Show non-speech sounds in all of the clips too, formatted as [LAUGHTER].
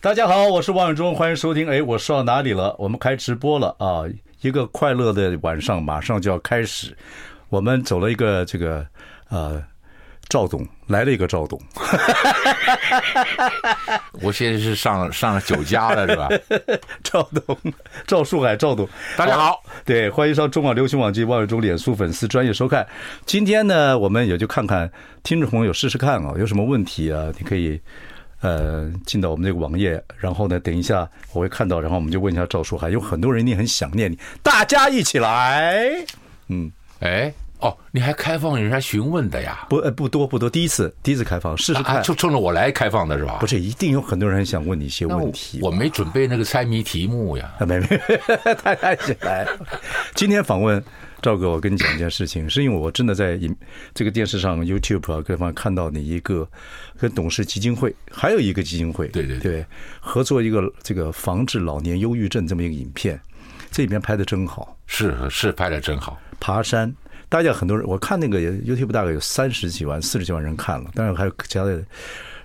大家好，我是王永忠，欢迎收听。哎，我说到哪里了？我们开直播了啊！一个快乐的晚上马上就要开始。我们走了一个这个呃，赵董来了一个赵董，我现在是上上了酒家了，[LAUGHS] 是吧？赵董，赵树海，赵董，大家好，对，欢迎上中广流行网及万永忠脸书粉丝专业收看。今天呢，我们也就看看听众朋友试试看啊，有什么问题啊，你可以呃进到我们这个网页，然后呢，等一下我会看到，然后我们就问一下赵书海，有很多人一定很想念你，大家一起来。哎，哦，你还开放有人来询问的呀？不，呃，不多不多，第一次第一次开放试试啊，看，就冲着我来开放的是吧？不是一定有很多人很想问你一些那我问题。我没准备那个猜谜题目呀。啊，没没，大家一起来。今天访问赵哥，我跟你讲一件事情，是因为我真的在影这个电视上、YouTube 啊各方看到你一个跟董事基金会，还有一个基金会，对对对合作一个这个防治老年忧郁症这么一个影片，这里面拍的真好，是是，拍的真好。爬山。大家很多人，我看那个 YouTube 大概有三十几万、四十几万人看了，当然还有其他的。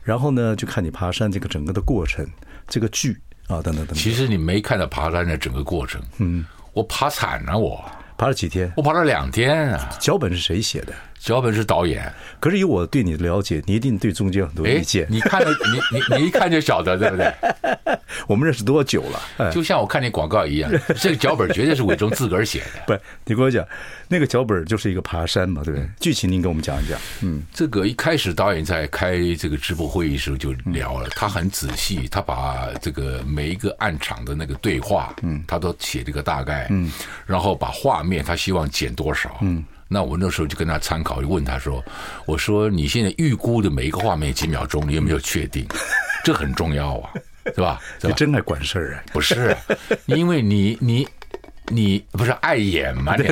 然后呢，就看你爬山这个整个的过程，这个剧啊，等等等等，其实你没看到爬山的整个过程。嗯，我爬惨了，我爬了几天。我爬了两天啊。脚本是谁写的？脚本是导演，可是以我对你的了解，你一定对中间有很多哎意，见。你看了你你你一看就晓得，对不对？我们认识多久了？ [LAUGHS] 哎，就像我看那广告一样，这个脚本绝对是伟忠自个儿写的。不，你跟我讲，那个脚本就是一个爬山嘛，对不对？剧情您给我们讲一讲。嗯，这个一开始导演在开这个直播会议时候就聊了，他很仔细，他把这个每一个暗场的那个对话，嗯，他都写了个大概，嗯，然后把画面他希望减多少，嗯。那我那时候就跟他参考，就问他说：“我说你现在预估的每一个画面几秒钟，你有没有确 [LAUGHS] 定？这很重要啊，是吧？是你 [LAUGHS] 吧？真爱管事儿啊，不是， [LAUGHS] 因为你你你不是碍眼 [LAUGHS] 嘛，你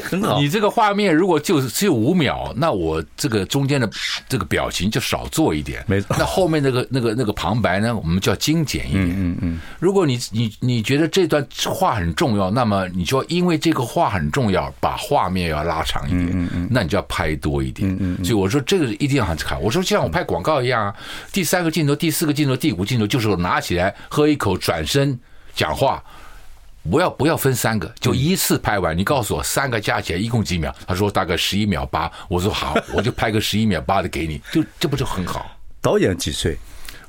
很好。你这个画面如果就只有五秒，那我这个中间的这个表情就少做一点，没错那后面那个那个那个旁白呢，我们就要精简一点。嗯嗯如果你你你觉得这段话很重要，那么你就要因为这个话很重要，把画面要拉长一点。嗯嗯那你就要拍多一点。嗯嗯所以我说这个一定要很看。我说就像我拍广告一样啊，第三个镜头、第四个镜头、第五镜头，就是我拿起来喝一口，转身讲话。不要不要分三个，就依次拍完。你告诉我三个加起来一共几秒？他说大概十一秒八。我说好，我就拍个十一秒八的给你，就这不就很好？导演几岁？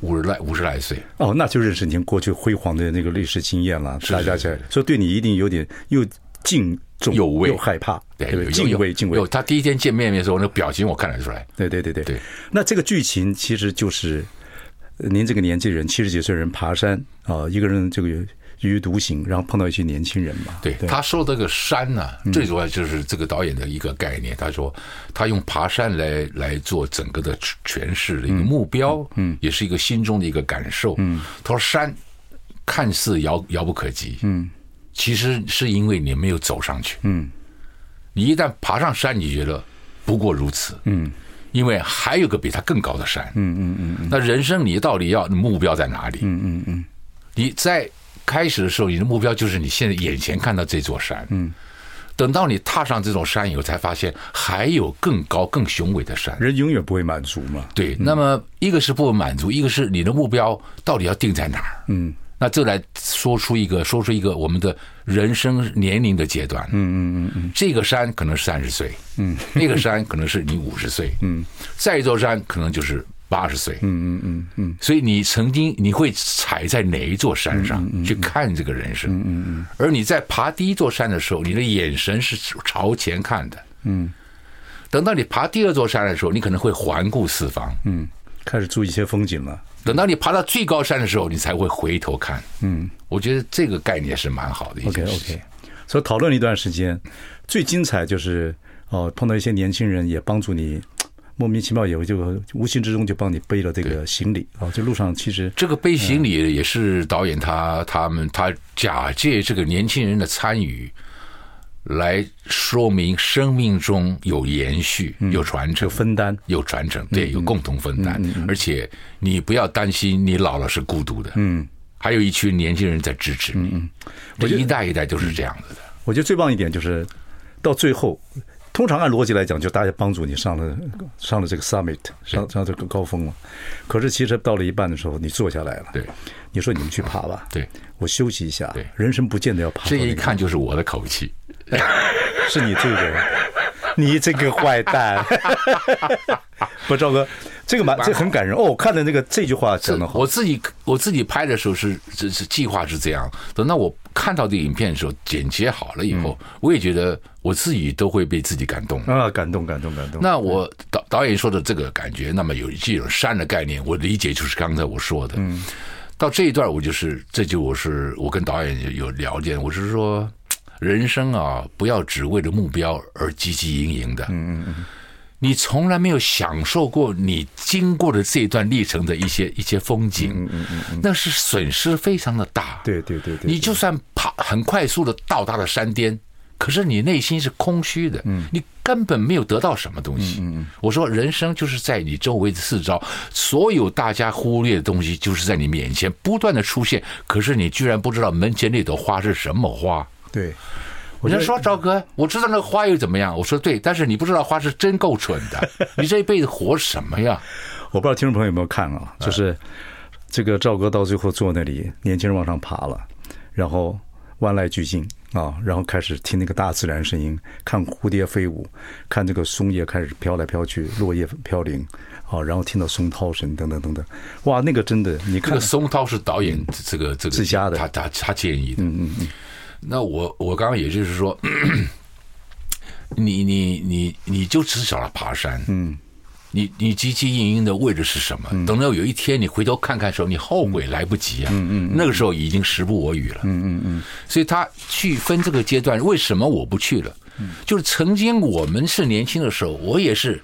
五十来五十来岁，哦，那就认识您过去辉煌的那个历史经验了。大家起来，所以对你一定有点又敬重有畏又害怕，对，不有对？敬畏敬畏有。他第一天见面的时候，那个表情我看得出来。对对对对对。那这个剧情其实就是呃您这个年纪人，七十几岁人爬山啊、一个人这个踽踽独行，然后碰到一些年轻人嘛。对他说这个山呢、最主要就是这个导演的一个概念。他说他用爬山来来做整个的诠释的一个目标，嗯，也是一个心中的一个感受。嗯，他说山看似遥遥不可及，嗯，其实是因为你没有走上去，嗯，你一旦爬上山，你觉得不过如此，嗯。因为还有个比它更高的山，嗯嗯嗯，那人生你到底要你目标在哪里？你在开始的时候，你的目标就是你现在眼前看到这座山，嗯，等到你踏上这座山以后，才发现还有更高、更雄伟的山。人永远不会满足嘛。对，那么一个是不满足，一个是你的目标到底要定在哪儿？嗯，那这来说出一个，说出一个我们的人生年龄的阶段。嗯嗯嗯嗯，这个山可能是三十岁，嗯，那个山可能是你五十岁，嗯，再一座山可能就是八十岁，嗯嗯嗯嗯，所以你曾经你会踩在哪一座山上去看这个人生？嗯嗯嗯，而你在爬第一座山的时候，你的眼神是朝前看的，嗯。等到你爬第二座山的时候，你可能会环顾四方，嗯，开始注意一些风景了。等到你爬到最高山的时候，你才会回头看。嗯，我觉得这个概念是蛮好的一 OK 件事情。 OK，所以讨论了一段时间，最精彩就是哦，碰到一些年轻人也帮助你。莫名其妙也就无形之中就帮你背了这个行李啊。这路上其实这个背行李也是导演他他们他假借这个年轻人的参与，来说明生命中有延续、有传承、分担有传承，对，有共同分担。而且你不要担心，你老了是孤独的，嗯，还有一群年轻人在支持你，这一代一代都是这样子的。我觉得最棒一点就是到最后，通常按逻辑来讲，就大家帮助你上了上了这个 summit，上上这个高峰了。可是其实到了一半的时候，你坐下来了，对，你说你们去爬吧，对，我休息一下，对人生不见得要爬到这那个。一看就是我的口气。是你这个，你这个坏 [LAUGHS] 蛋。不，赵哥，这个蛮这很感人哦。我看的那个这句话讲的好，我自己我自己拍的时候是是是计划是这样，等到我看到这个影片的时候，剪接好了以后，我也觉得我自己都会被自己感动。啊，感动，感动，感动。那我导导演说的这个感觉，那么有这种山的概念，我理解就是刚才我说的。嗯，到这一段我就是，这就我是我跟导演有有聊见，我是说，人生啊，不要只为了目标而汲汲营营的。嗯嗯嗯。你从来没有享受过你经过的这一段历程的一些一些风景，嗯嗯嗯，那是损失非常的大。对对对对，你就算爬很快速的到达了山巅，可是你内心是空虚的，嗯你根本没有得到什么东西。我说人生就是在你周围的四周，所有大家忽略的东西，就是在你眼前不断的出现，可是你居然不知道门前那朵花是什么花。对，人家说赵哥，我知道那个花又怎么样？我说对，但是你不知道花是真够蠢 [LAUGHS] 的，你这一辈子活什么呀？我不知道听众朋友有没有看啊，嗯就是这个赵哥到最后坐那里，年轻人往上爬了，然后万籁俱静啊，然后开始听那个大自然声音，看蝴蝶飞舞，看这个松叶开始飘来飘去，落叶飘零啊，然后听到松涛声等等等等，哇，那个真的，你这看个松涛是导演这个这个自家的他他他建议的。嗯嗯嗯。那我我刚刚也就是说，你你你你就只想要爬山，嗯，你你汲汲营营的为的是什么？等到有一天你回头看看的时候，你后悔来不及啊，嗯嗯，那个时候已经时不我与了，嗯嗯嗯。所以他去分这个阶段，为什么我不去了？就是曾经我们是年轻的时候，我也是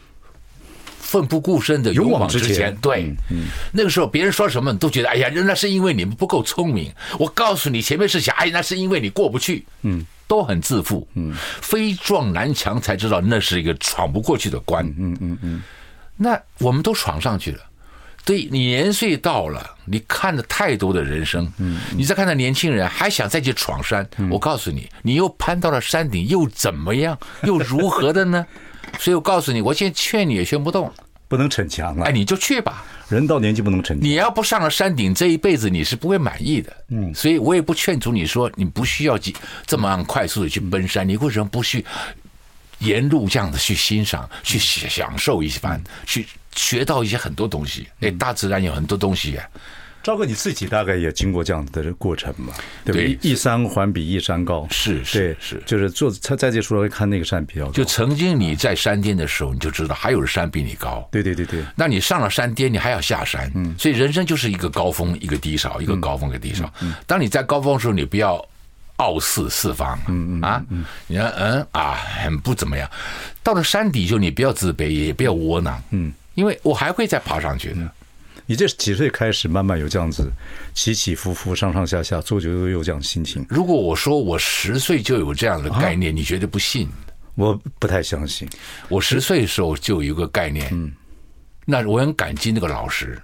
奋不顾身的勇勇往往直直前嗯前。对，那个时候别人说什么，你都觉得哎呀，那是因为你们不够聪明。我告诉你，前面是狭隘，那是因为你过不去。嗯，都很自负。嗯，非撞南墙才知道那是一个闯不过去的关。嗯嗯嗯，那我们都闯上去了。对你年岁到了，你看了太多的人生，嗯，你再看到年轻人还想再去闯山，我告诉你，你又攀到了山顶，又怎么 [LAUGHS] 样，又如何的呢？所以我告诉你，我现在劝你也劝不动，不能逞强啊哎，，你就去吧。人到年纪不能逞强。你要不上了山顶，这一辈子你是不会满意的。嗯，所以我也不劝阻你说你不需要急这么样快速的去奔山，你为什么不去沿路这样的去欣赏、去享享受一番，去学到一些很多东西？哎，大自然有很多东西啊呀、赵哥，你自己大概也经过这样子的过程嘛？对不对对？一一山还比一山高，是是对，是。就是坐他在这说来看那个山比较高，就曾经你在山巅的时候，你就知道还有山比你高。对对对对，那你上了山巅，你还要下山，所以人生就是一个高峰，一个低潮，一个高峰，一个低潮。当你在高峰的时候，你不要傲视四方，啊，你看，嗯啊，很不怎么样。到了山底就你不要自卑，也不要窝囊，嗯，因为我还会再爬上去的。你这几岁开始慢慢有这样子起起伏伏、上上下下、左左右右这样心情，如果我说我十岁就有这样的概念，你绝对不信。我不太相信。我十岁的时候就有一个概念，嗯那我很感激那个老师。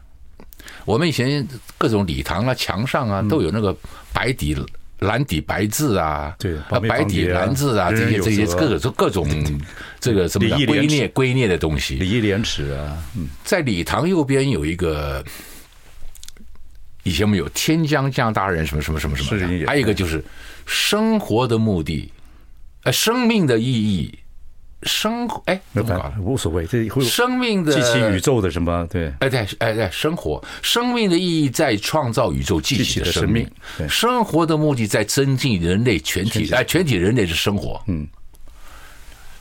我们以前各种礼堂啊、墙上嗯啊，都有那个白底、蓝底白字啊，对啊旁边白底旁边啊蓝字啊，人这人些有这些责各种各种这个什么叫礼义廉圭耻臬圭臬的东西。礼义廉耻啊，嗯在礼堂右边有一个，以前我们有天将降大任什么什么什么什么是也的，还有一个就是生活的目的，呃，生命的意义，生活哎，那怎么搞反？无所谓，这会激生命的起宇宙的什么？对，哎对哎对，生活生命的意义在创造宇宙继续的继续生命的生命对，生活的目的在增进人类全体哎全体人类的生活。嗯，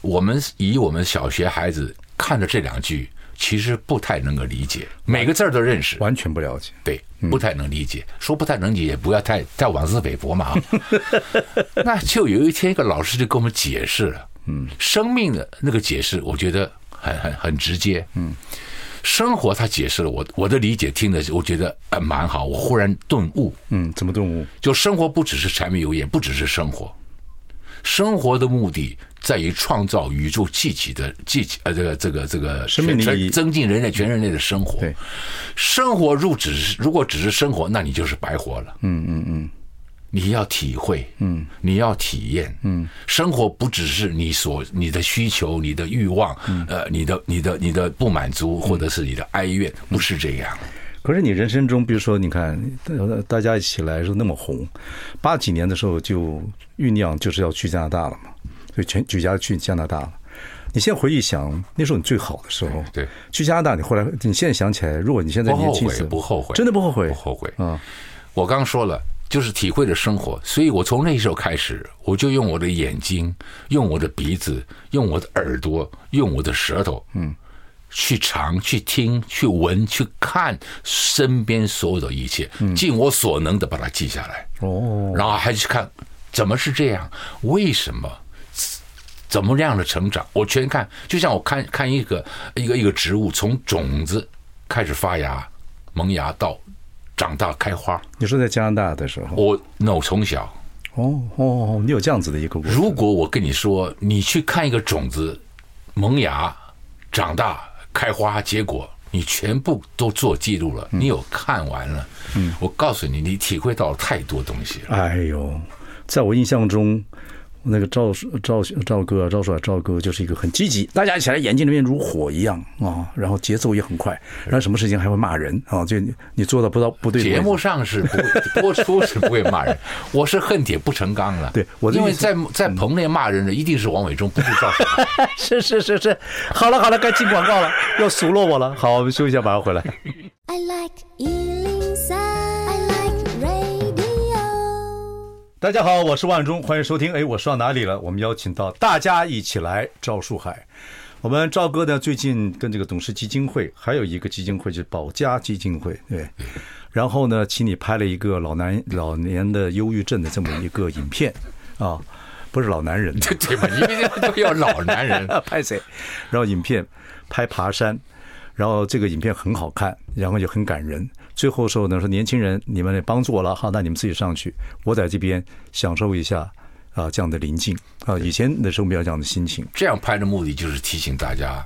我们以我们小学孩子看着这两句，其实不太能够理解，每个字儿都认识，完全不了解。对，不太能理解，说不太能理解，不要太太妄自菲薄嘛啊。那就有一天，一个老师就跟我们解释了，嗯，生命的那个解释，我觉得很很很直接。嗯，生活他解释了我我的理解，听的我觉得呃蛮好，我忽然顿悟，嗯，怎么顿悟？就生活不只是柴米油盐，不只是生活，生活的目的在于创造宇宙气体的气体呃这个这个这个生命全意义增进人类全人类的生活。对，生活如只是如果只是生活，那你就是白活了。嗯嗯嗯。你要体会，嗯，你要体验，嗯，生活不只是你所你的需求、你的欲望，呃，你的你的你的不满足或者是你的哀怨，不是这样。可是你人生中，比如说，你看呃大家一起来说那么红，八几年的时候就酝酿就是要去加拿大了嘛，所以全举家去加拿大了。你现在回忆想，那时候你最好的时候，哎对对去加拿大，你后来你现在想起来，如果你现在不后年轻一悔次，不后悔真的不后悔，不后悔。嗯，我刚说了，就是体会了生活，所以我从那时候开始，我就用我的眼睛，用我的鼻子，用我的耳朵，用我的舌头，嗯，去尝、去听、去闻、去看身边所有的一切，嗯尽我所能的把它记下来，哦，然后还去看怎么是这样，为什么。怎么样的成长，我全看，就像我看看一个一个一个植物从种子开始发芽、萌芽到长大开花，你说在加拿大的时候，我那我从小，哦哦哦，你有这样子的一个过程，如果我跟你说，你去看一个种子萌芽、长大、开花、结果，你全部都做记录了，你有看完了，嗯，我告诉你，你体会到了太多东西了。哎呦，在我印象中，那个赵赵赵哥、啊赵帅、赵哥就是一个很积极，大家一起来眼睛里面如火一样啊，然后节奏也很快，然后什么事情还会骂人啊，就你你做的不到不对的位节置目上是不会播出是不会骂 [LAUGHS] 人，我是恨铁不成钢了。对我的因为意思嗯在在棚内骂人的一定是王伟忠，不是 [LAUGHS] 赵少康。是是是是，好了好了，该进广告了，要数落我了。好，我们休息一下，马上回来。 I like Ealing Sound. I like radio. 大家好，我是万忠，欢迎收听。哎，我说到哪里了？我们邀请到大家一起来赵树海。我们赵哥呢，最近跟这个董事基金会，还有一个基金会就是保家基金会，对。然后呢，请你拍了一个老男老年的忧郁症的这么一个影片啊，不是老男人，对对吧？因为都要老男人， [LAUGHS] 拍谁？然后影片拍爬山，然后这个影片很好看，然后也很感人。最后时候呢，说年轻人，你们也帮助我了哈，那你们自己上去，我在这边享受一下啊这样的宁静啊。以前的时候没有这样的心情，这样拍的目的就是提醒大家，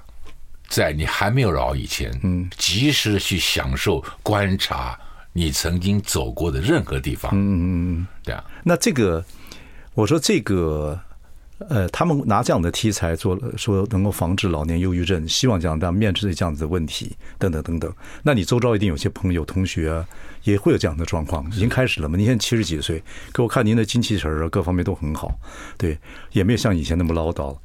在你还没有老以前，嗯，及时地去享受、观察你曾经走过的任何地方，嗯嗯嗯，这样那这个，我说这个，呃，他们拿这样的题材做，说能够防治老年忧郁症，希望这样大家面对这样子的问题，等等等等。那你周遭一定有些朋友、同学、啊、也会有这样的状况，已经开始了吗？嗯您现在七十几岁，给我看您的精气神儿啊，各方面都很好，对，也没有像以前那么唠叨了，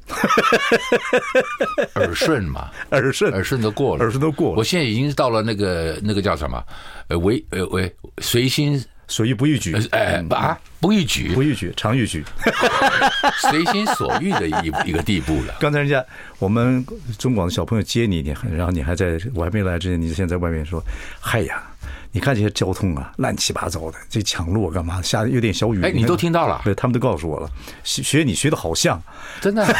耳顺嘛，耳顺，耳顺都过 [LAUGHS] 了，耳顺都过了我现在已经到了那个那个叫什么，呃，为呃为随心，所欲不逾矩呃，嗯哎不啊不逾矩不，逾矩，常逾矩。随心所欲的一一个地步了。刚才人家我们中广的小朋友接你，你还然后你还在我还没来之前，你就先在外面说：“嗨呀，你看这些交通啊，乱七八糟的，这抢路啊干嘛？下有点小雨。”哎，你都听到了，对，他们都告诉我了，学学你学的好像，真 [LAUGHS] 的。啊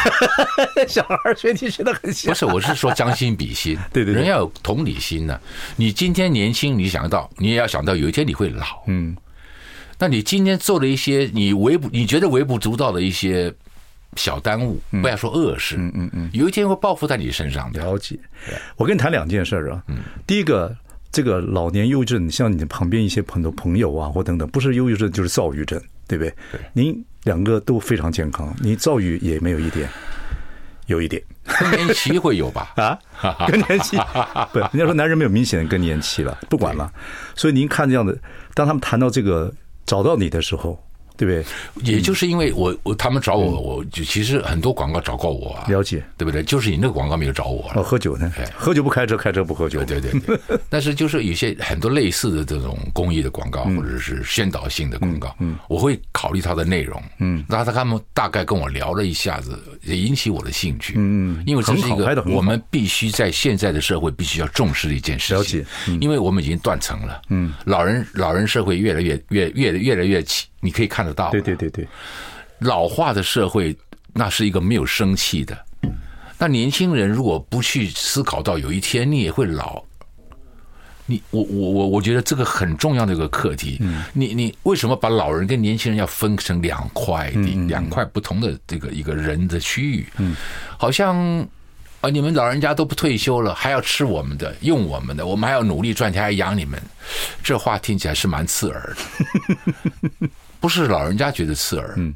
小孩儿学你学的很像 [LAUGHS] 不。是，我是说将心比心，对对对人要有同理心呢、你今天年轻，你想到，你也要想到有一天你会老，嗯，那你今天做了一些你微不你觉得微不足道的一些小耽误，不要说恶事，嗯嗯嗯，有一天会报复在你身上的。了解，我跟你谈两件事儿啊。第一个，这个老年忧郁症，像你的旁边一些很多朋友啊，或等等，不是忧郁症就是躁郁症，对不对？您两个都非常健康，你躁郁也没有一点，有一点。？更年期会有吧啊， [LAUGHS] 更年期不，人家说男人没有明显的更年期了，不管了。所以您看这样的，当他们谈到这个找到你的时候，对不对？也就是因为我我他们找我，我就其实很多广告找过我啊，了解对不对？就是你那个广告没有找我了哦，。喝酒呢哎，喝酒不开车，开车不喝酒。对对对对， [LAUGHS] 但是就是有些很多类似的这种公益的广嗯告，或者是宣导性的广告，我会考虑它的内容，嗯，然后他们大概跟我聊了一下子，也引起我的兴趣，嗯，因为这是一很好拍得个很好我们必须在现在的社会必须要重视的一件事情，了解，嗯因为我们已经断层了，嗯，老人老人社会越来越越越越来越起，你可以看得到，对对对对，老化的社会，那是一个没有生气的，那年轻人如果不去思考到有一天你也会老，你我我我我觉得这个很重要的一个课题。你你为什么把老人跟年轻人要分成两块地，两块不同的这个一个人的区域？嗯，好像。啊！你们老人家都不退休了，还要吃我们的、用我们的，我们还要努力赚钱，还养你们。这话听起来是蛮刺耳的， [LAUGHS] 不是老人家觉得刺耳。嗯，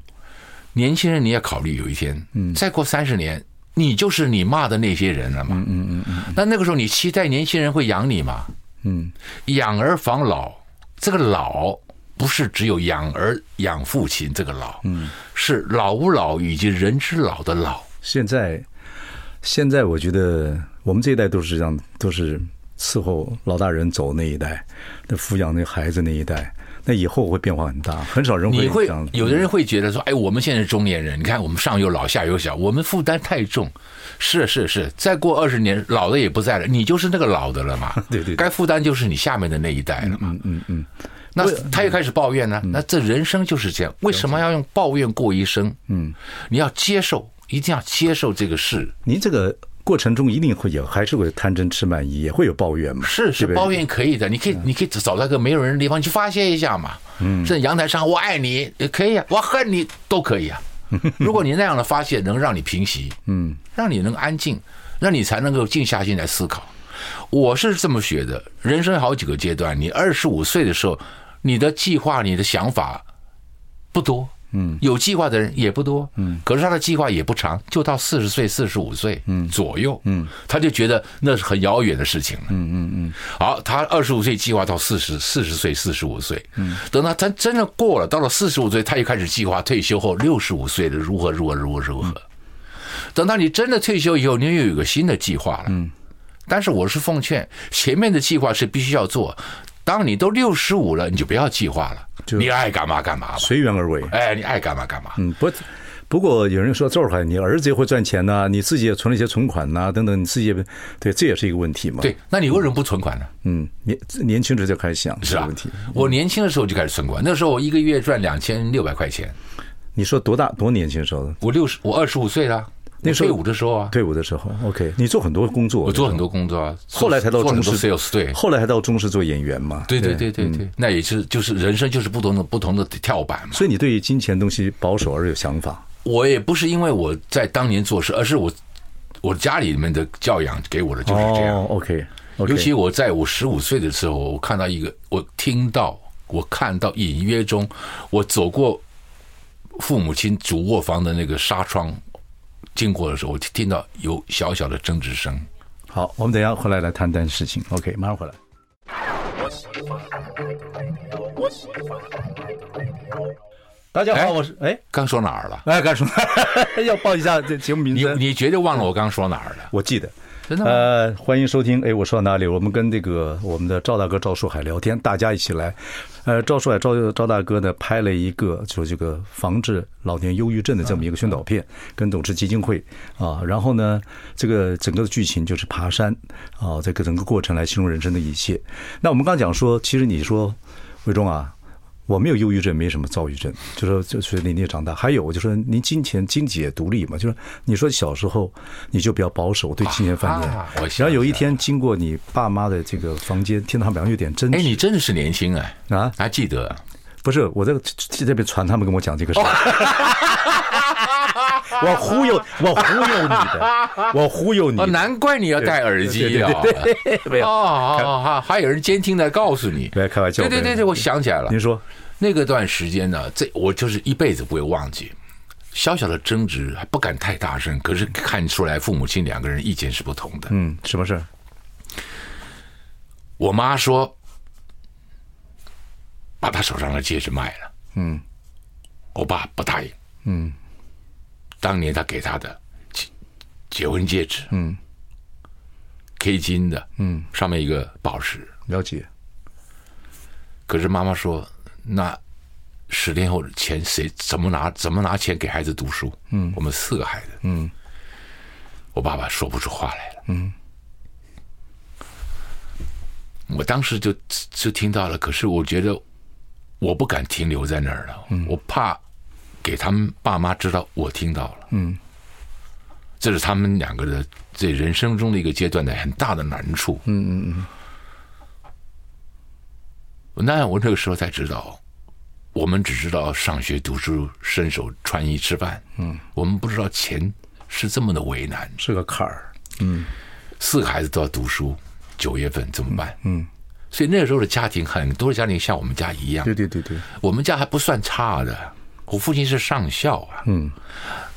年轻人你也考虑有一天，嗯，再过三十年，你就是你骂的那些人了嘛。嗯嗯嗯。那那个时候你期待年轻人会养你吗？嗯，养儿防老，这个老不是只有养儿养父亲这个老，嗯，是老吾老以及人之老的老。现在，现在我觉得我们这一代都是这样，都是伺候老大人走那一代，那抚养那孩子那一代，那以后会变化很大，很少人你会会这样。有的人会觉得说，哎，我们现在是中年人，你看我们上有老下有小，我们负担太重。是是是，再过二十年，老的也不在了，你就是那个老的了嘛。对对对该负担就是你下面的那一代了嘛。嗯嗯那他又开始抱怨呢，那这人生就是这样，为什么要用抱怨过一生？嗯，你要接受，一定要接受这个事。您这个过程中一定会有，还是会贪嗔痴慢疑，也会有抱怨嘛？是是，对不对嗯抱怨可以的，你可以你可以找到一个没有人的地方去发泄一下嘛。嗯，在阳台上，我爱你也可以啊，我恨你都可以啊。嗯 [LAUGHS] 如果你那样的发泄能让你平息，嗯，让你能安静，让你才能够静下心来思考。我是这么学的，人生有好几个阶段，你二十五岁的时候，你的计划、你的想法不多。嗯，有计划的人也不多，嗯，可是他的计划也不长，就到四十岁、四十五岁，嗯，左右，嗯，他就觉得那是很遥远的事情了，嗯嗯嗯。好，他二十五岁计划到四十四十岁、四十五岁，嗯，等到他真的过了，到了四十五岁，他又开始计划退休后六十五岁的如何如何如何如何。等到你真的退休以后，你又有一个新的计划了，嗯。但是我是奉劝，前面的计划是必须要做，当你都六十五了，你就不要计划了，你爱干嘛干嘛吧。随缘而为。哎，你爱干嘛干嘛。嗯，不，不过有人说这会儿你儿子也会赚钱呐、你自己也存了一些存款呐、等等，你自己也对，这也是一个问题嘛。，对，那你为什么不存款呢？嗯，年年轻时就开始想这是啊个吧问题。？我年轻的时候就开始存款，那时候我一个月赚两千六百块钱，你说多大多年轻时候？我六十，我二十五岁了，那时候我退伍的时候啊，退伍的时候，OK，你做很多工作，我做很多工作啊，后来才到做中很视多 sales，对，后来还到中视做演员嘛。对对对对嗯对，那也是就是人生就是不同的不同的跳板嘛。所以你对金钱东西保守而有想法，我也不是因为我在当年做事，而是我我家里面的教养给我的就是这样。哦，OK，OK、o k 尤其我在我十五岁的时候，我看到一个，我听到，我看到隐约中，我走过父母亲主卧房的那个纱窗，经过的时候，我听到有小小的争执声。好，我们等一下回来来谈谈事情。OK，马上回来。大家哎好，我是哎刚说哪儿了？哎，干什么？ [LAUGHS] 要报一下这节目名你称。你绝对忘了我刚说哪儿了？我记得，真的吗？呃，欢迎收听。哎，我说到哪里？我们跟这个我们的赵大哥赵树海聊天，大家一起来。呃，赵树海赵赵大哥呢拍了一个就是这个防治老年忧郁症的这么一个宣导片，跟董事基金会啊。然后呢，这个整个的剧情就是爬山啊，这个整个过程来形容人生的一切。那我们刚讲说，其实你说魏忠啊，我没有忧郁症，没什么躁郁症，就说就是你也长大。还有，我就说您金钱经济也独立嘛，就是你说小时候你就比较保守，对金钱方面。啊我然想后有一起来天经过你爸妈的这个房间，听到他们好像有点争哎，执你真的是年轻哎、啊， [LAUGHS] 还记得啊？不是我在这边传他们跟我讲这个 [LAUGHS] 事。我忽悠，我忽悠你 [LAUGHS] 的，我忽悠你哦，的。难怪你要戴耳机啊！没有哦，好好，还有人监听的告诉你，别开玩笑对对对对，我想起来了您，说，那个段时间呢，这我就是一辈子不会忘记。小小的争执还不敢太大声，可是看出来父母亲两个人意见是不同的。嗯，什么事儿？我妈说，把她手上的戒指卖了。嗯，我爸不答应。嗯，当年他给她的结结婚戒指，嗯，K 金的，嗯，上面一个宝石。了解。可是妈妈说，那十天后钱谁怎么拿怎么拿钱给孩子读书？嗯，我们四个孩子，嗯，我爸爸说不出话来了，嗯，我当时就就听到了，可是我觉得我不敢停留在那嗯儿了，我怕给他们爸妈知道我听到了，嗯，这是他们两个的这人生中的一个阶段的很大的难处。嗯嗯嗯。那我那个时候才知道，我们只知道上学、读书、伸手、穿衣、吃饭。嗯，我们不知道钱是这么的为难。是个坎儿，四个孩子都要读书，九月份怎么办？嗯，所以那个时候的家庭，很多家庭像我们家一样，对对对对，我们家还不算差的，我父亲是上校啊。嗯，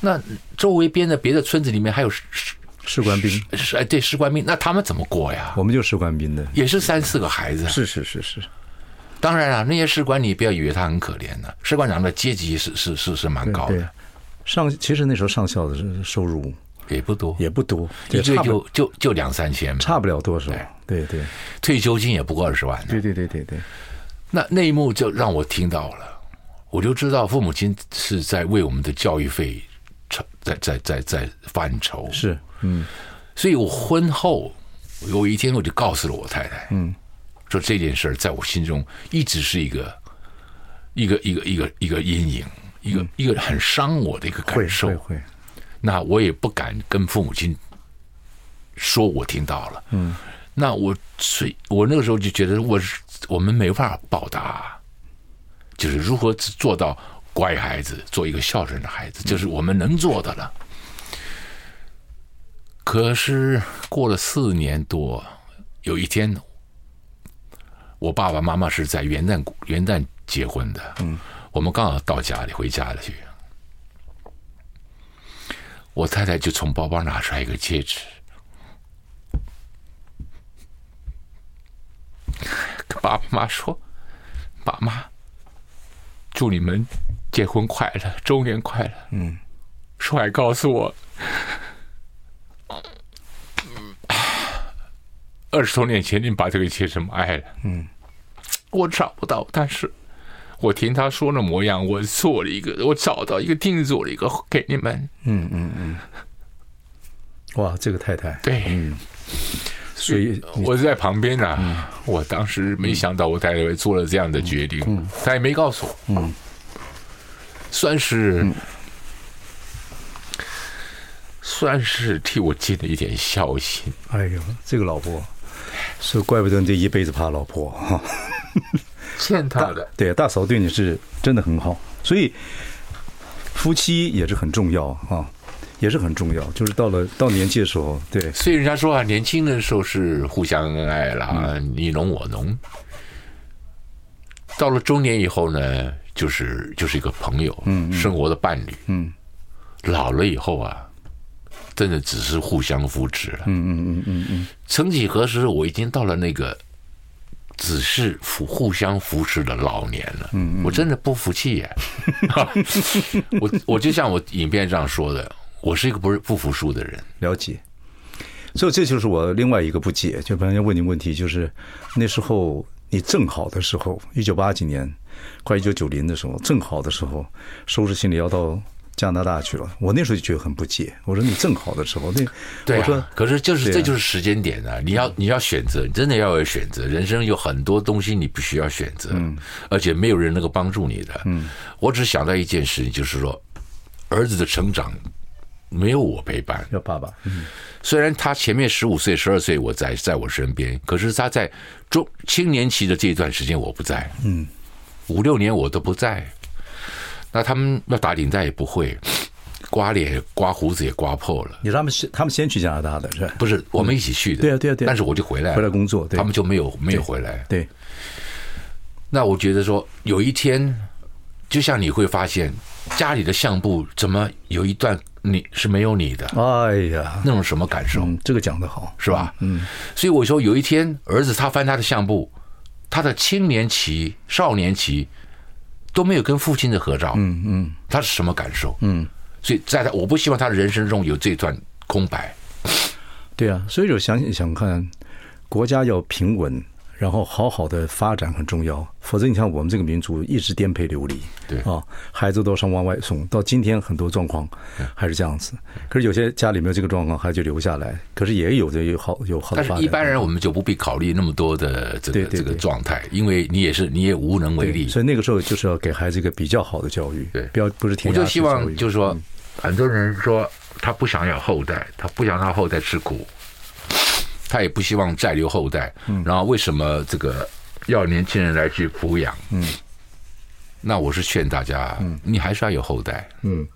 那周围边的别的村子里面还有士士士官兵，士哎对士官兵，那他们怎么过呀？我们就士官兵的，也是三四个孩子啊，是是是是，当然啊，那些士官你不要以为他很可怜的、士官长的阶级是是是是蛮高对的，。上其实那时候上校的收入也不多，也不多，一也个差月不就就就两三千嘛，差不了多少。对对退休金也不过二十万呢。对对对对对，那那一幕就让我听到了，我就知道父母亲是在为我们的教育费愁在在在在犯愁。是所以我婚后有一天我就告诉了我太太，嗯，说这件事儿在我心中一直是一个一个一个一个一个阴影，一个、一个很伤我的一个会感受嗯会。会，那我也不敢跟父母亲说我听到了。嗯，那我最我那个时候就觉得我是我们没办法报答，就是如何做到乖孩子，做一个孝顺的孩子，就是我们能做的了。可是过了四年多，有一天，我爸爸妈妈是在元旦元旦结婚的，嗯，我们刚好到家里回家里去，我太太就从包包拿出来一个戒指，跟爸爸妈妈说：“爸妈，祝你们结婚快乐，周年快乐。”嗯，说还告诉我，二十多年前你把这个戒指卖了。嗯，我找不到，但是我听他说的模样，我做了一个，我找到一个，定做了一个给你们。哇，这个太太，对，所以呃嗯我是在旁边呢、我当时没想到我太太会做了这样的决定，嗯她也没告诉我，算是、嗯算是替我尽了一点孝心。哎呦，这个老婆，所以怪不得你这一辈子怕老婆哈。欠她的，对，大嫂对你是真的很好，所以夫妻也是很重要啊，也是很重要。就是到了到年纪的时候，对，所以人家说啊，年轻的时候是互相恩爱啦，你侬我侬。到了中年以后呢，就是就是一个朋友，生活的伴侣，嗯，老了以后啊，真的只是互相扶持了。嗯嗯嗯嗯嗯。曾几何时，我已经到了那个只是扶互相扶持的老年了。嗯嗯。我真的不服气 [LAUGHS] 耶、我我就像我影片上说的，我是一个不是不服输的人。了解。所以这就是我另外一个不解，就朋友问你问题，就是那时候你正好的时候，一九八几年，快一九九零的时候，正好的时候，收拾行李要到加拿大去了。我那时候就觉得很不解，我说你正好的时候，那、对我说啊，可是就是、对啊这就是时间点啊！你要你要选择，你真的要有选择。人生有很多东西你必须要选择，而且没有人能够帮助你的。嗯，我只想到一件事情，就是说，儿子的成长没有我陪伴。要爸爸，嗯虽然他前面十五岁、十二岁我在在我身边，可是他在中青年期的这一段时间我不在，嗯，五六年我都不在。那他们要打领带也不会，刮脸、刮胡子也刮破了。你让他们先他们先去加拿大的是吧？不是我们一起去的，对啊对啊对啊但是我就回来了，回来工作对他们就没有没有回来。对，那我觉得说，有一天，就像你会发现，家里的相簿怎么有一段你是没有你的，哎呀，那种什么感受，嗯，这个讲得好，是吧？嗯，所以我说有一天，儿子他翻他的相簿，他的青年期、少年期都没有跟父亲的合照，嗯嗯，他是什么感受？嗯，所以在他，我不希望他的人生中有这段空白。对啊，所以我想想看，国家要平稳，然后好好的发展很重要，否则你看我们这个民族一直颠沛流离，对啊，孩子都上往外送，到今天很多状况还是这样子。可是有些家里没有这个状况，还就留下来，可是也有的有好有好的但发是展。一般人我们就不必考虑那么多的这对个对这个对状态，因为你也是你也无能为对力。所以那个时候就是要给孩子一个比较好的教育，嗯对不要不是我填鸭就式希教育。望就是说，很多人说他不想要后代，他不想让后代吃苦，他也不希望再留后代。嗯然后为什么这个要年轻人来去抚养？嗯，那我是劝大家，嗯你还是要有后代。嗯，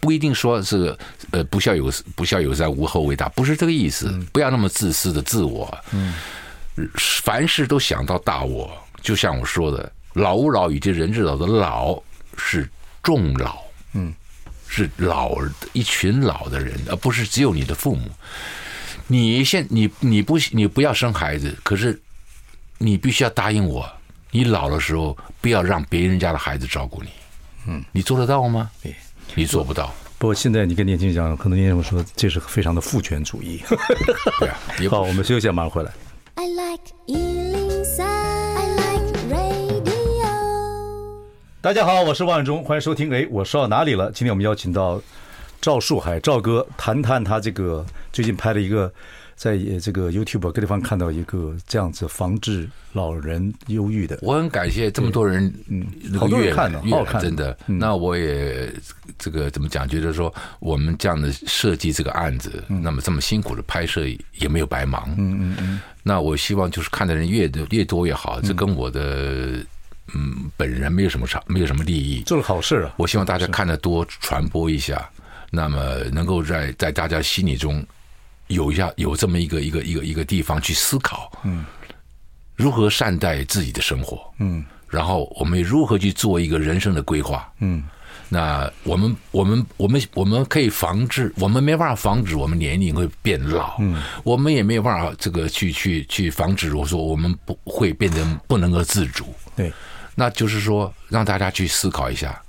不一定说是呃不孝有不孝有三无后为大，不是这个意思。嗯不要那么自私的自我。嗯，凡事都想到大我，就像我说的，老吾老以及人之老的老是众老。是老一群老的人，呃而不是只有你的父母。你现你你不你不要生孩子，可是你必须要答应我，你老的时候不要让别人家的孩子照顾你。嗯，你做得到吗？你做不到，不过现在你跟年轻人讲，很多年轻人说这是非常的父权主义。对啊，[LAUGHS] 也好，我们休息一下，马上回来。 I like Ealing Sound. I like radio. 大家好，我是万永忠，欢迎收听。哎，我说到哪里了？今天我们邀请到赵树海赵哥谈谈他这个最近拍了一个，在呃这个 YouTube 各地方看到一个这样子防治老人忧郁的。我很感谢这么多人，嗯，那好个多人阅看的嗯阅好好览看真的。那我也这个怎么讲？觉得说我们这样的设计这个案子，嗯那么这么辛苦的拍摄也没有白忙。嗯嗯嗯。那我希望就是看的人越多越多越好，嗯这跟我的嗯本人没有什么差，没有什么利益。做了好事啊！我希望大家看得多，传播一下，那么能够在在大家心里中有一下有这么一个一个一个一个地方去思考，嗯，如何善待自己的生活，嗯，然后我们如何去做一个人生的规划，嗯。那我们我们我们我们可以防治，我们没办法防止我们年龄会变老，嗯，我们也没有办法这个去去去防止我说我们不会变得不能够自主，对，那就是说，让大家去思考一下。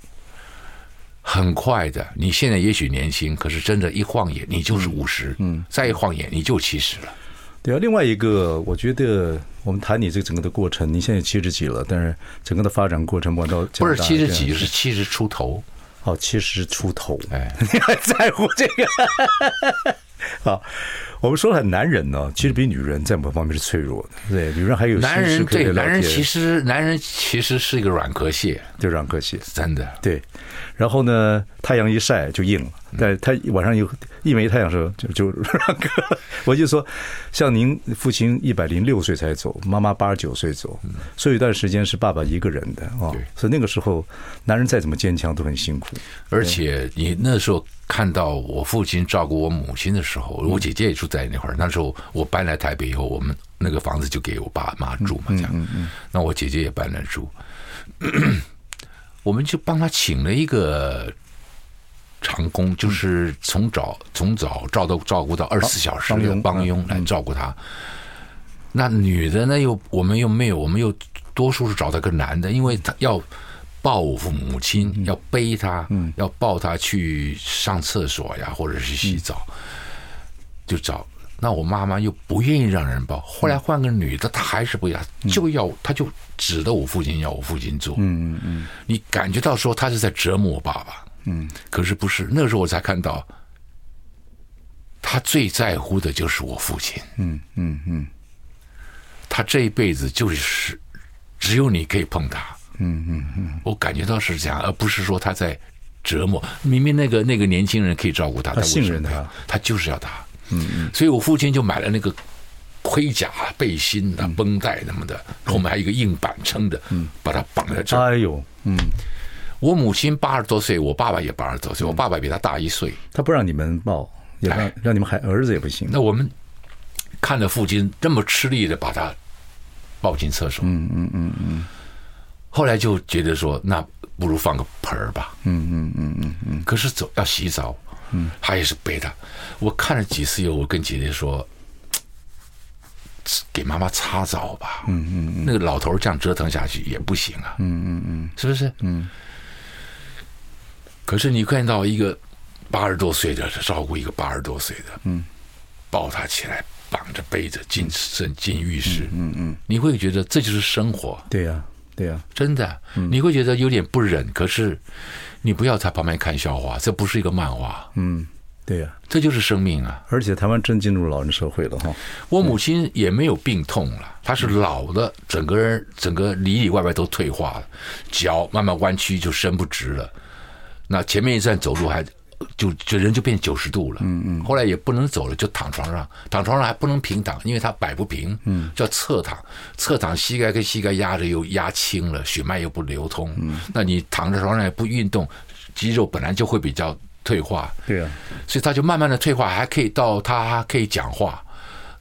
很快的，你现在也许年轻，可是真的，一晃眼你就是五十，嗯，再一晃眼你就七十了。对啊。另外一个，我觉得我们谈你这整个的过程，你现在七十几了，但是整个的发展过程，不管到不是加拿大七十这几，样是七十出头。哦，七十出头，哎，你还在乎这个？ [LAUGHS] 好，我们说了，男人呢，其实比女人在某方面是脆弱的，对，女人还有男心事人可以对聊男人天其实男人其实是一个软壳蟹，对软壳蟹，真的。对，然后呢，太阳一晒就硬了，嗯但他晚上有一没太阳的时候就就软壳。 [LAUGHS] 我就说，像您父亲一百零六岁才走，妈妈八十九岁走，所以有一段时间是爸爸一个人的啊、哦嗯对，所以那个时候男人再怎么坚强都很辛苦，而且你那时候看到我父亲照顾我母亲的时候，嗯我姐姐也住在那块儿。那时候我搬来台北以后，我们那个房子就给我爸妈住嗯嘛，这样。那我姐姐也搬来住， [COUGHS] 我们就帮他请了一个长工，就是从早从早照到照顾到二十四小时帮的佣嗯帮佣来照顾他。那女的呢，又我们又没有，我们又多数是找到个男的，因为他要抱我父母亲，嗯要背他，要抱他去上厕所呀，或者是洗澡，就找。那我妈妈又不愿意让人抱，后来换个女的，她还是不要，就要，她就指着我父亲要我父亲做，嗯嗯嗯，你感觉到说她是在折磨我爸爸，嗯，可是不是，那个时候我才看到，他最在乎的就是我父亲，嗯嗯嗯，他这一辈子就是只有你可以碰他。嗯嗯嗯，我感觉到是这样，而不是说他在折磨。明明那个那个年轻人可以照顾他，他为什么信任他不要，他就是要他。嗯嗯，所以我父亲就买了那个盔甲、背心啊、绷带什么的，后面还有一个硬板撑的，把他绑在这儿。哎呦，嗯，我母亲八十多岁，我爸爸也八十多岁，我爸爸比他大一岁。他不让你们抱，也让哎让你们孩儿子也不行，那我们看着父亲这么吃力的把他抱进厕所，嗯嗯嗯嗯，后来就觉得说，那不如放个盆儿吧，嗯嗯嗯嗯嗯。可是走要洗澡，嗯，他也是背他。我看了几次以后，我跟姐姐说，嘖给妈妈擦澡吧，嗯嗯嗯。那个老头儿这样折腾下去也不行啊，嗯嗯嗯，是不是？嗯。可是你看到一个八十多岁的照顾一个八十多岁的，嗯。抱他起来，绑着背着进进进浴室，嗯嗯，你会觉得这就是生活，对呀、对呀、真的，你会觉得有点不忍，可是你不要在旁边看笑话，这不是一个漫画，嗯，对呀、这就是生命啊。而且台湾真进入老人社会了哈。我母亲也没有病痛了，她是老的，整个人整个里里外外都退化了，脚慢慢弯曲就伸不直了。那前面一站走路还就就人就变九十度了，嗯嗯，后来也不能走了，就躺床上，躺床上还不能平躺，因为他摆不平，嗯，叫侧躺，侧躺膝盖跟膝盖压着又压轻了，血脉又不流通，嗯，那你躺在床上也不运动，肌肉本来就会比较退化，对啊，所以他就慢慢的退化，还可以到他还可以讲话，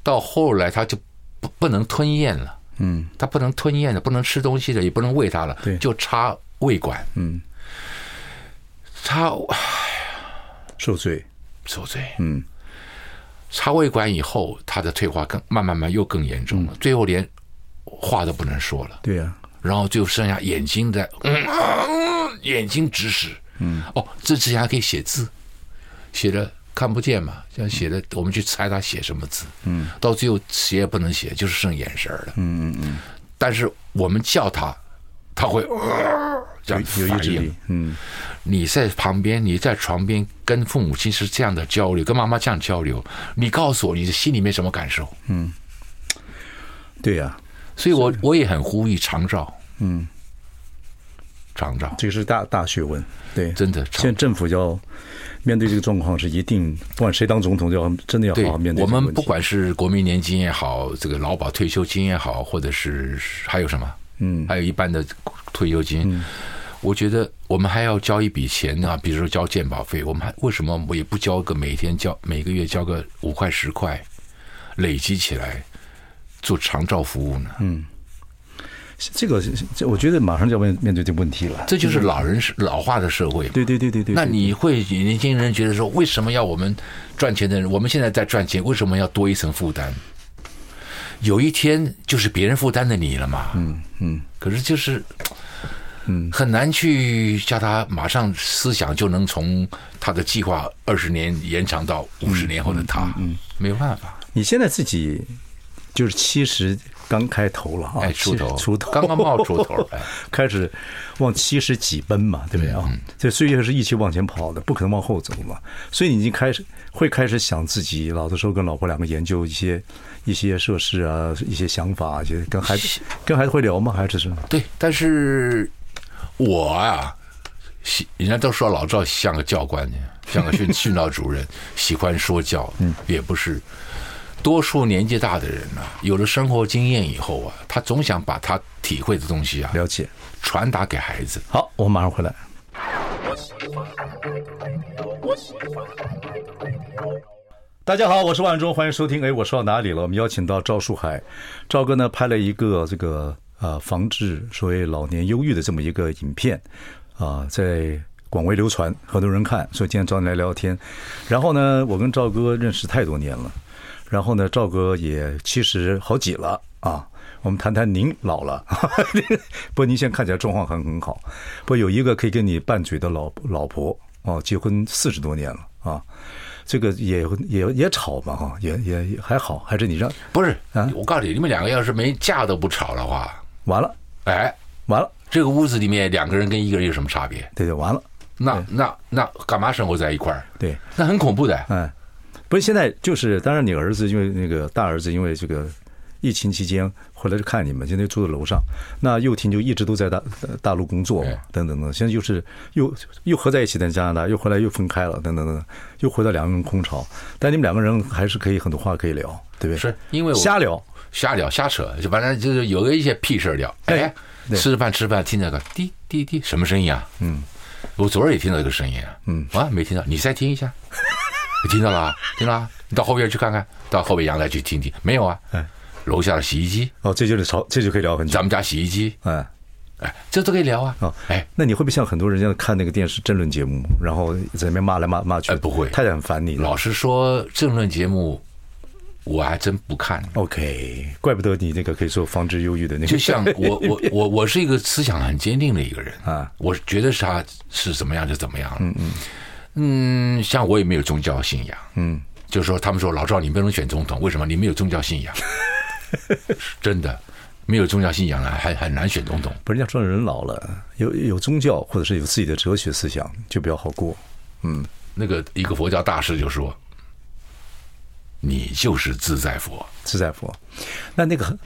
到后来他就不不能吞咽了，嗯，他不能吞咽了，不能吃东西了，也不能喂他了对，就插胃管，嗯，插受罪，受罪，嗯，插胃管以后，他的退化更慢慢慢又更严重嗯了，最后连话都不能说了，对啊，然后就剩下眼睛在，嗯啊嗯眼睛直视，嗯，哦，这之前还可以写字，写的看不见嘛，这样写的，我们去猜他写什么字，嗯，到最后写也不能写，就是剩眼神儿了，嗯嗯嗯，但是我们叫他，他会、呃这样有意反志应力，，嗯，你在旁边，你在床边跟父母亲是这样的交流，跟妈妈这样交流，你告诉我你的心里面什么感受？对啊，所以我我也很呼吁长照，嗯，长照，这个是大大学问，对，真的现在政府要面对这个状况是一定，不管谁当总统，就要真的要对好好面对。我们不，管是国民年金也好，这个劳保退休金也好，或者是还有什么，嗯还有一般的退休金，我觉得我们还要交一笔钱啊，比如说交健保费，我们还为什么我也不交个每天交每个月交个五块十块，累积起来做长照服务呢？嗯这个这我觉得马上就要面面对这个问题了。这就是老人是老化的社会嘛。对对对对对，那你会年轻人觉得说，为什么要我们赚钱的人？我们现在在赚钱，为什么要多一层负担？有一天就是别人负担的你了嘛。嗯嗯。可是就是，嗯，很难去叫他马上思想就能从他的计划二十年延长到五十年后的他。嗯，没有办法，你现在自己就是七十刚开头了啊，哎，出头， 70出头，刚刚冒出头，哎，开始往七十几奔嘛，对不对啊？这岁月是一起往前跑的，不可能往后走嘛。所以你已经开始会开始想自己老的时候跟老婆两个研究一些一些设施啊，一些想法，一些跟孩子跟孩子会聊吗？还是什么？对，但是我啊，喜人家都说老赵像个教官呢，像个 [LAUGHS] 训训导主任，喜欢说教，嗯也不是。多数年纪大的人啊，有了生活经验以后啊，他总想把他体会的东西啊，了解。传达给孩子。好，我马上回来。大家好，我是万忠，欢迎收听。哎，我说到哪里了？我们邀请到赵树海，赵哥呢拍了一个这个呃防治所谓老年忧郁的这么一个影片啊、在广为流传，很多人看，所以今天找你来聊天。然后呢，我跟赵哥认识太多年了，然后呢，赵哥也七十好几了啊。我们谈谈您老了， [LAUGHS] 不过您现在看起来状况很很好。不过有一个可以跟你拌嘴的老老婆哦，结婚四十多年了啊，这个也也也吵嘛哈，也也也还好，还是你让不是，啊我告诉你，你们两个要是没架都不吵的话，完了哎，完了，这个屋子里面两个人跟一个人有什么差别？对对完了，那那那干嘛生活在一块儿？对，那很恐怖的。嗯，不是现在就是，当然你儿子因为那个大儿子因为这个呃疫情期间回来就看你们，现在住在楼上，那幼婷就一直都在大呃大陆工作嘛对，等等等，现在又是又又合在一起在加拿大，又回来又分开了，等等等等，又回到两个人空巢，但你们两个人还是可以很多话可以聊，对不对？是因为我瞎聊，瞎聊瞎扯，就反正就是有一些屁事儿聊。对哎，对吃饭吃饭听那个滴滴滴，什么声音啊？嗯，我昨儿也听到这个声音啊。嗯，啊，没听到，你再 [LAUGHS] 听一下，你听到了啊？听到了啊？你到后边去看看，到后边阳台去听听，没有啊？哎楼下的洗衣机，哦，这就是吵，这就可以聊很久咱，们家洗衣机，哎。哎，这都可以聊啊哦。哎，那你会不会像很多人家看那个电视争论节目，然后在那边骂来骂骂去？哎不会太太很烦你了。老实说，政论节目我还真不看。 OK，怪不得你那个可以说防治忧郁的那个，就像我我我我是一个思想很坚定的一个人啊，我觉得啥是怎么样就怎么样了。嗯嗯像我也没有宗教信仰，嗯，就是说他们说老赵你不能选总统，为什么你没有宗教 [LAUGHS] 信仰？是真的，没有宗教信仰了还很难选总统。不是人家说人老了有有宗教或者是有自己的哲学思想就比较好过。那个一个佛教大师就说，你就是自在佛，自在佛，那那个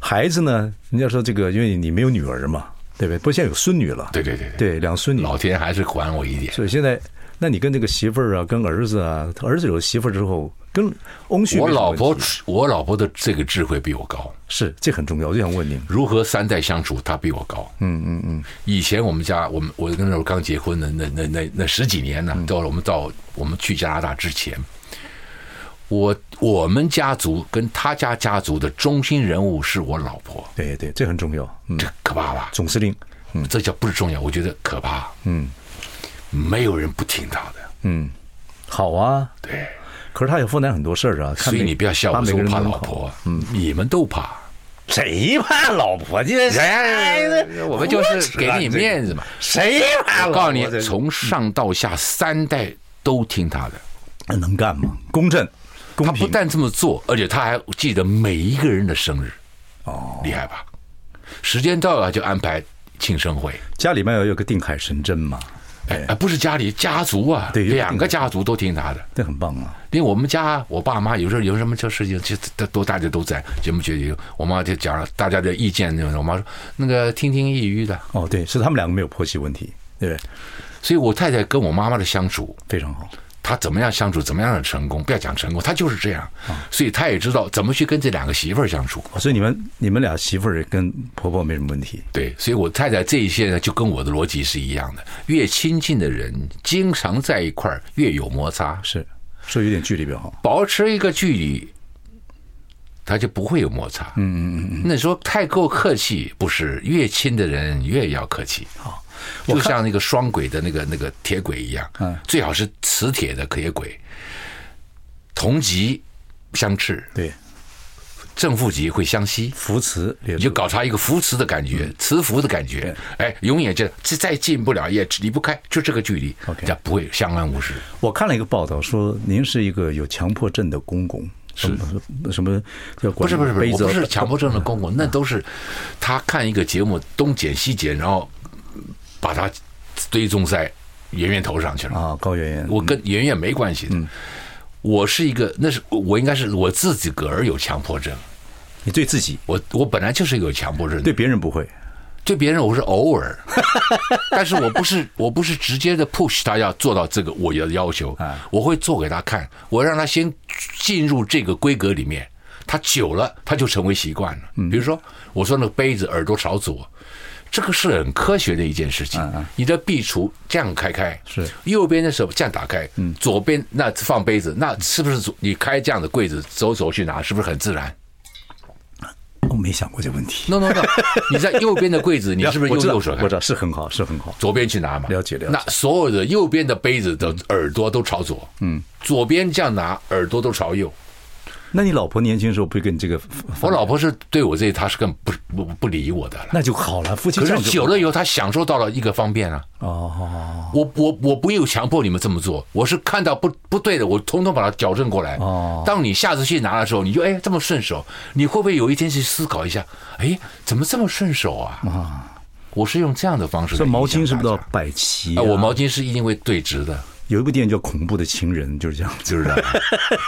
孩子呢？人家说这个，因为你没有女儿嘛，对不对？不过现在有孙女了，对对对对，两孙女，老天还是还我一点。所以现在，那你跟这个媳妇儿啊，跟儿子啊，儿子有了媳妇儿之后，跟翁婿没什么我问题，老婆，我老婆的这个智慧比我高，是这很重要，我就想问您，如何三代相处，她比我高。嗯嗯嗯。以前我们家，我们我跟那时候刚结婚的那那那那十几年呢、到我们到我们去加拿大之前，我我们家族跟他家家族的中心人物是我老婆，对对，这很重要，嗯这，可怕吧？总司令，这叫不是重要，我觉得可怕。嗯，没有人不听他的。嗯，好啊，对，可是他也负担很多事儿啊，看所以每你不要笑我他每说个我人怕都老好，婆，嗯，你们都怕。谁怕老婆？这哎，我们就是给你面子嘛。谁怕老我婆？告诉你这，从上到下三代都听他的。那能干吗？公正，他公不平，但这么做，而且他还记得每一个人的生日。哦，厉害吧？时间到了就安排庆生会。家里面要有个定海神针嘛，哎，哎不是家里家族啊，对有两个家族都听他的。这很棒啊，因为我们家我爸妈有时候有什么这事情，其实都都大家都在节目决定，我妈就讲了大家的意见那种。我妈说那个听听抑郁的，哦，对，是他们两个没有婆媳问题，对不对？所以我太太跟我妈妈的相处，非常好，她怎么样相处，怎么样的成功，不要讲成功，她就是这样，所以她也知道怎么去跟这两个媳妇儿相处。哦所以你们你们俩媳妇儿跟婆婆没什么问题，对，所以我太太这一些呢，就跟我的逻辑是一样的。越亲近的人，经常在一块儿，越有摩擦，是，所以有点距离比较好。保持一个距离，他就不会有摩擦。嗯嗯嗯。那你说太过客气，不是越亲的人越要客气。好，就像那个双轨的那个那个铁轨一样，嗯，最好是磁铁的铁轨，同极相斥，对，正负极会相吸。扶持列你就入搞他一个扶持的感嗯觉，磁浮的感觉，哎，永远就再再近不了，也离不开，就这个距离， OK 这不会相安无事。我看了一个报道说，您是一个有强迫症的公公，什么什么叫不管是不是不是，杯我子嗯不是强迫症的公公，那都是他看一个节目东剪西剪，然后把他堆种在圆圆头上去了。啊，嗯高圆圆，我跟圆圆没关系的，我是一个，那是我应该是我自己个儿有强迫症，你对自己我我本来就是一个有强迫症的对别人不会，对别人我是偶尔， [LAUGHS] 但是我不是我不是直接的 push 他要做到这个我的要求，啊我会做给他看，我让他先进入这个规格里面，他久了他就成为习惯了。嗯比如说我说那个杯子耳朵朝左，这个是很科学的一件事情。你的壁橱这样开开，啊是嗯右边的时候这样打开，左边那放杯子，那是不是左你开这样的柜子走走去拿，是不是很自然？我没想过这问题。 no no [LAUGHS] no，你在右边的柜子，你是不是我用知道右手开我知？道是很好，是很好。左边去拿嘛。了解了解那所有的右边的杯子的耳朵都朝左，嗯，左边这样拿，耳朵都朝右。嗯那你老婆年轻的时候不会跟你这个，我老婆是对我这，她是更不不不理我的了。那就好了，夫妻可这是样就久了以后，她享受到了一个方便啊。哦，我我我不有强迫你们这么做，我是看到不不对的，我通通把它矫正过来。哦当你下次去拿的时候，你就哎这么顺手，你会不会有一天去思考一下，哎怎么这么顺手啊？我是用这样的方式来这影响大毛家。巾是不是要摆齐啊？啊，我毛巾是一定会对直的。有一部电影叫《恐怖的情人》，就是这样子。就是这样。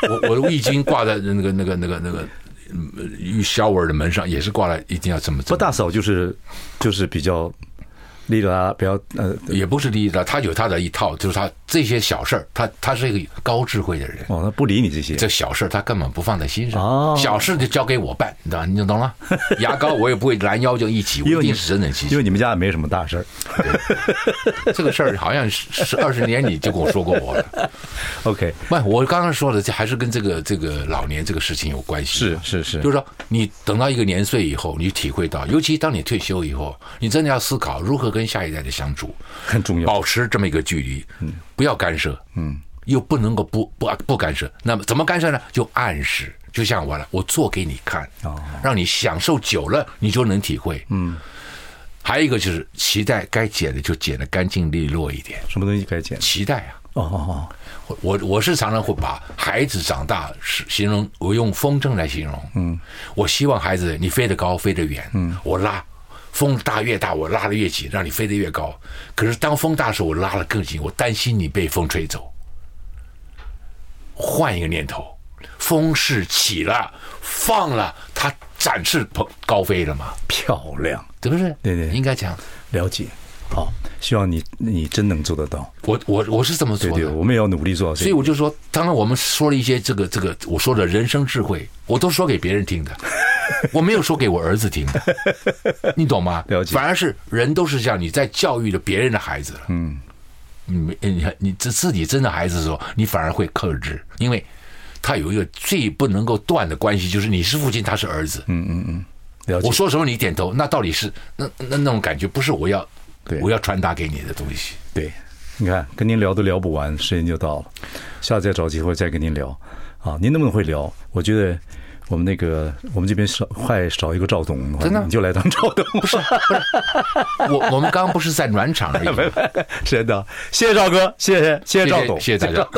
我我的浴巾挂在那个那个那个那个嗯浴 shower 的门上，也是挂在，一定要这么不做。大嫂就是就是比较利拉，比较呃也不是利益的，他有他的一套，就是他这些小事儿，他他是一个高智慧的人。哦，他不理你这些这小事儿他根本不放在心上，哦小事就交给我办，你知道你就懂了。牙膏我也不会拦腰就一起，我 [LAUGHS] 因为一你定是整整齐因齐。为你们家也没什么大事儿。这个事儿好像是是二十年你就跟我说过 [LAUGHS] 我了。 OK，不，我刚刚说的这还是跟这个这个老年这个事情有关系。是是是就是说，你等到一个年岁以后，你体会到，尤其当你退休以后，你真的要思考如何跟下一代的相处，很重要。保持这么一个距离，嗯，不要干涉，嗯，又不能够不不不干涉。那么怎么干涉呢？就暗示，就像我了，我做给你看，让你享受久了，你就能体会，哦嗯。还有一个就是脐带该剪的就剪得干净利落一点，什么东西该减？脐带啊，哦哦哦，我我我是常常会把孩子长大是形容，我用风筝来形容。嗯，我希望孩子你飞得高，飞得远。嗯，我拉风大越大，我拉得越紧，让你飞得越高。可是当风大的时候，我拉得更紧，我担心你被风吹走。换一个念头，风是起了，放了，它展翅鹏高飞了嘛，漂亮，对不对？对对应该这样。了解。好，希望你你真能做得到。我我我是这么对做对，的。我们也要努力做到这所以个。我就说，当然我们说了一些这个这个我说的人生智慧，我都说给别人 [LAUGHS] 听的，我没有说给我儿子听的，你懂吗？了解反而是人都是这样，你在教育了别人的孩子，嗯，你没你你自自己真的孩子的时候，你反而会克制，因为他有一个最不能够断的关系，就是你是父亲，他是儿子。了嗯解我，说什么你点头，那到底是那那那种感觉，不是我要对我要传达给你的东西。对，你看跟您聊都聊不完，时间就到了，下次再找机会再跟您聊啊。您那么会聊，我觉得我们那个我们这边少快少一个赵董，真的你就来当赵董，不是我我们刚刚 [LAUGHS] 不是在暖场而已吗，真的。谢谢赵哥，谢谢谢谢赵董，谢谢大家。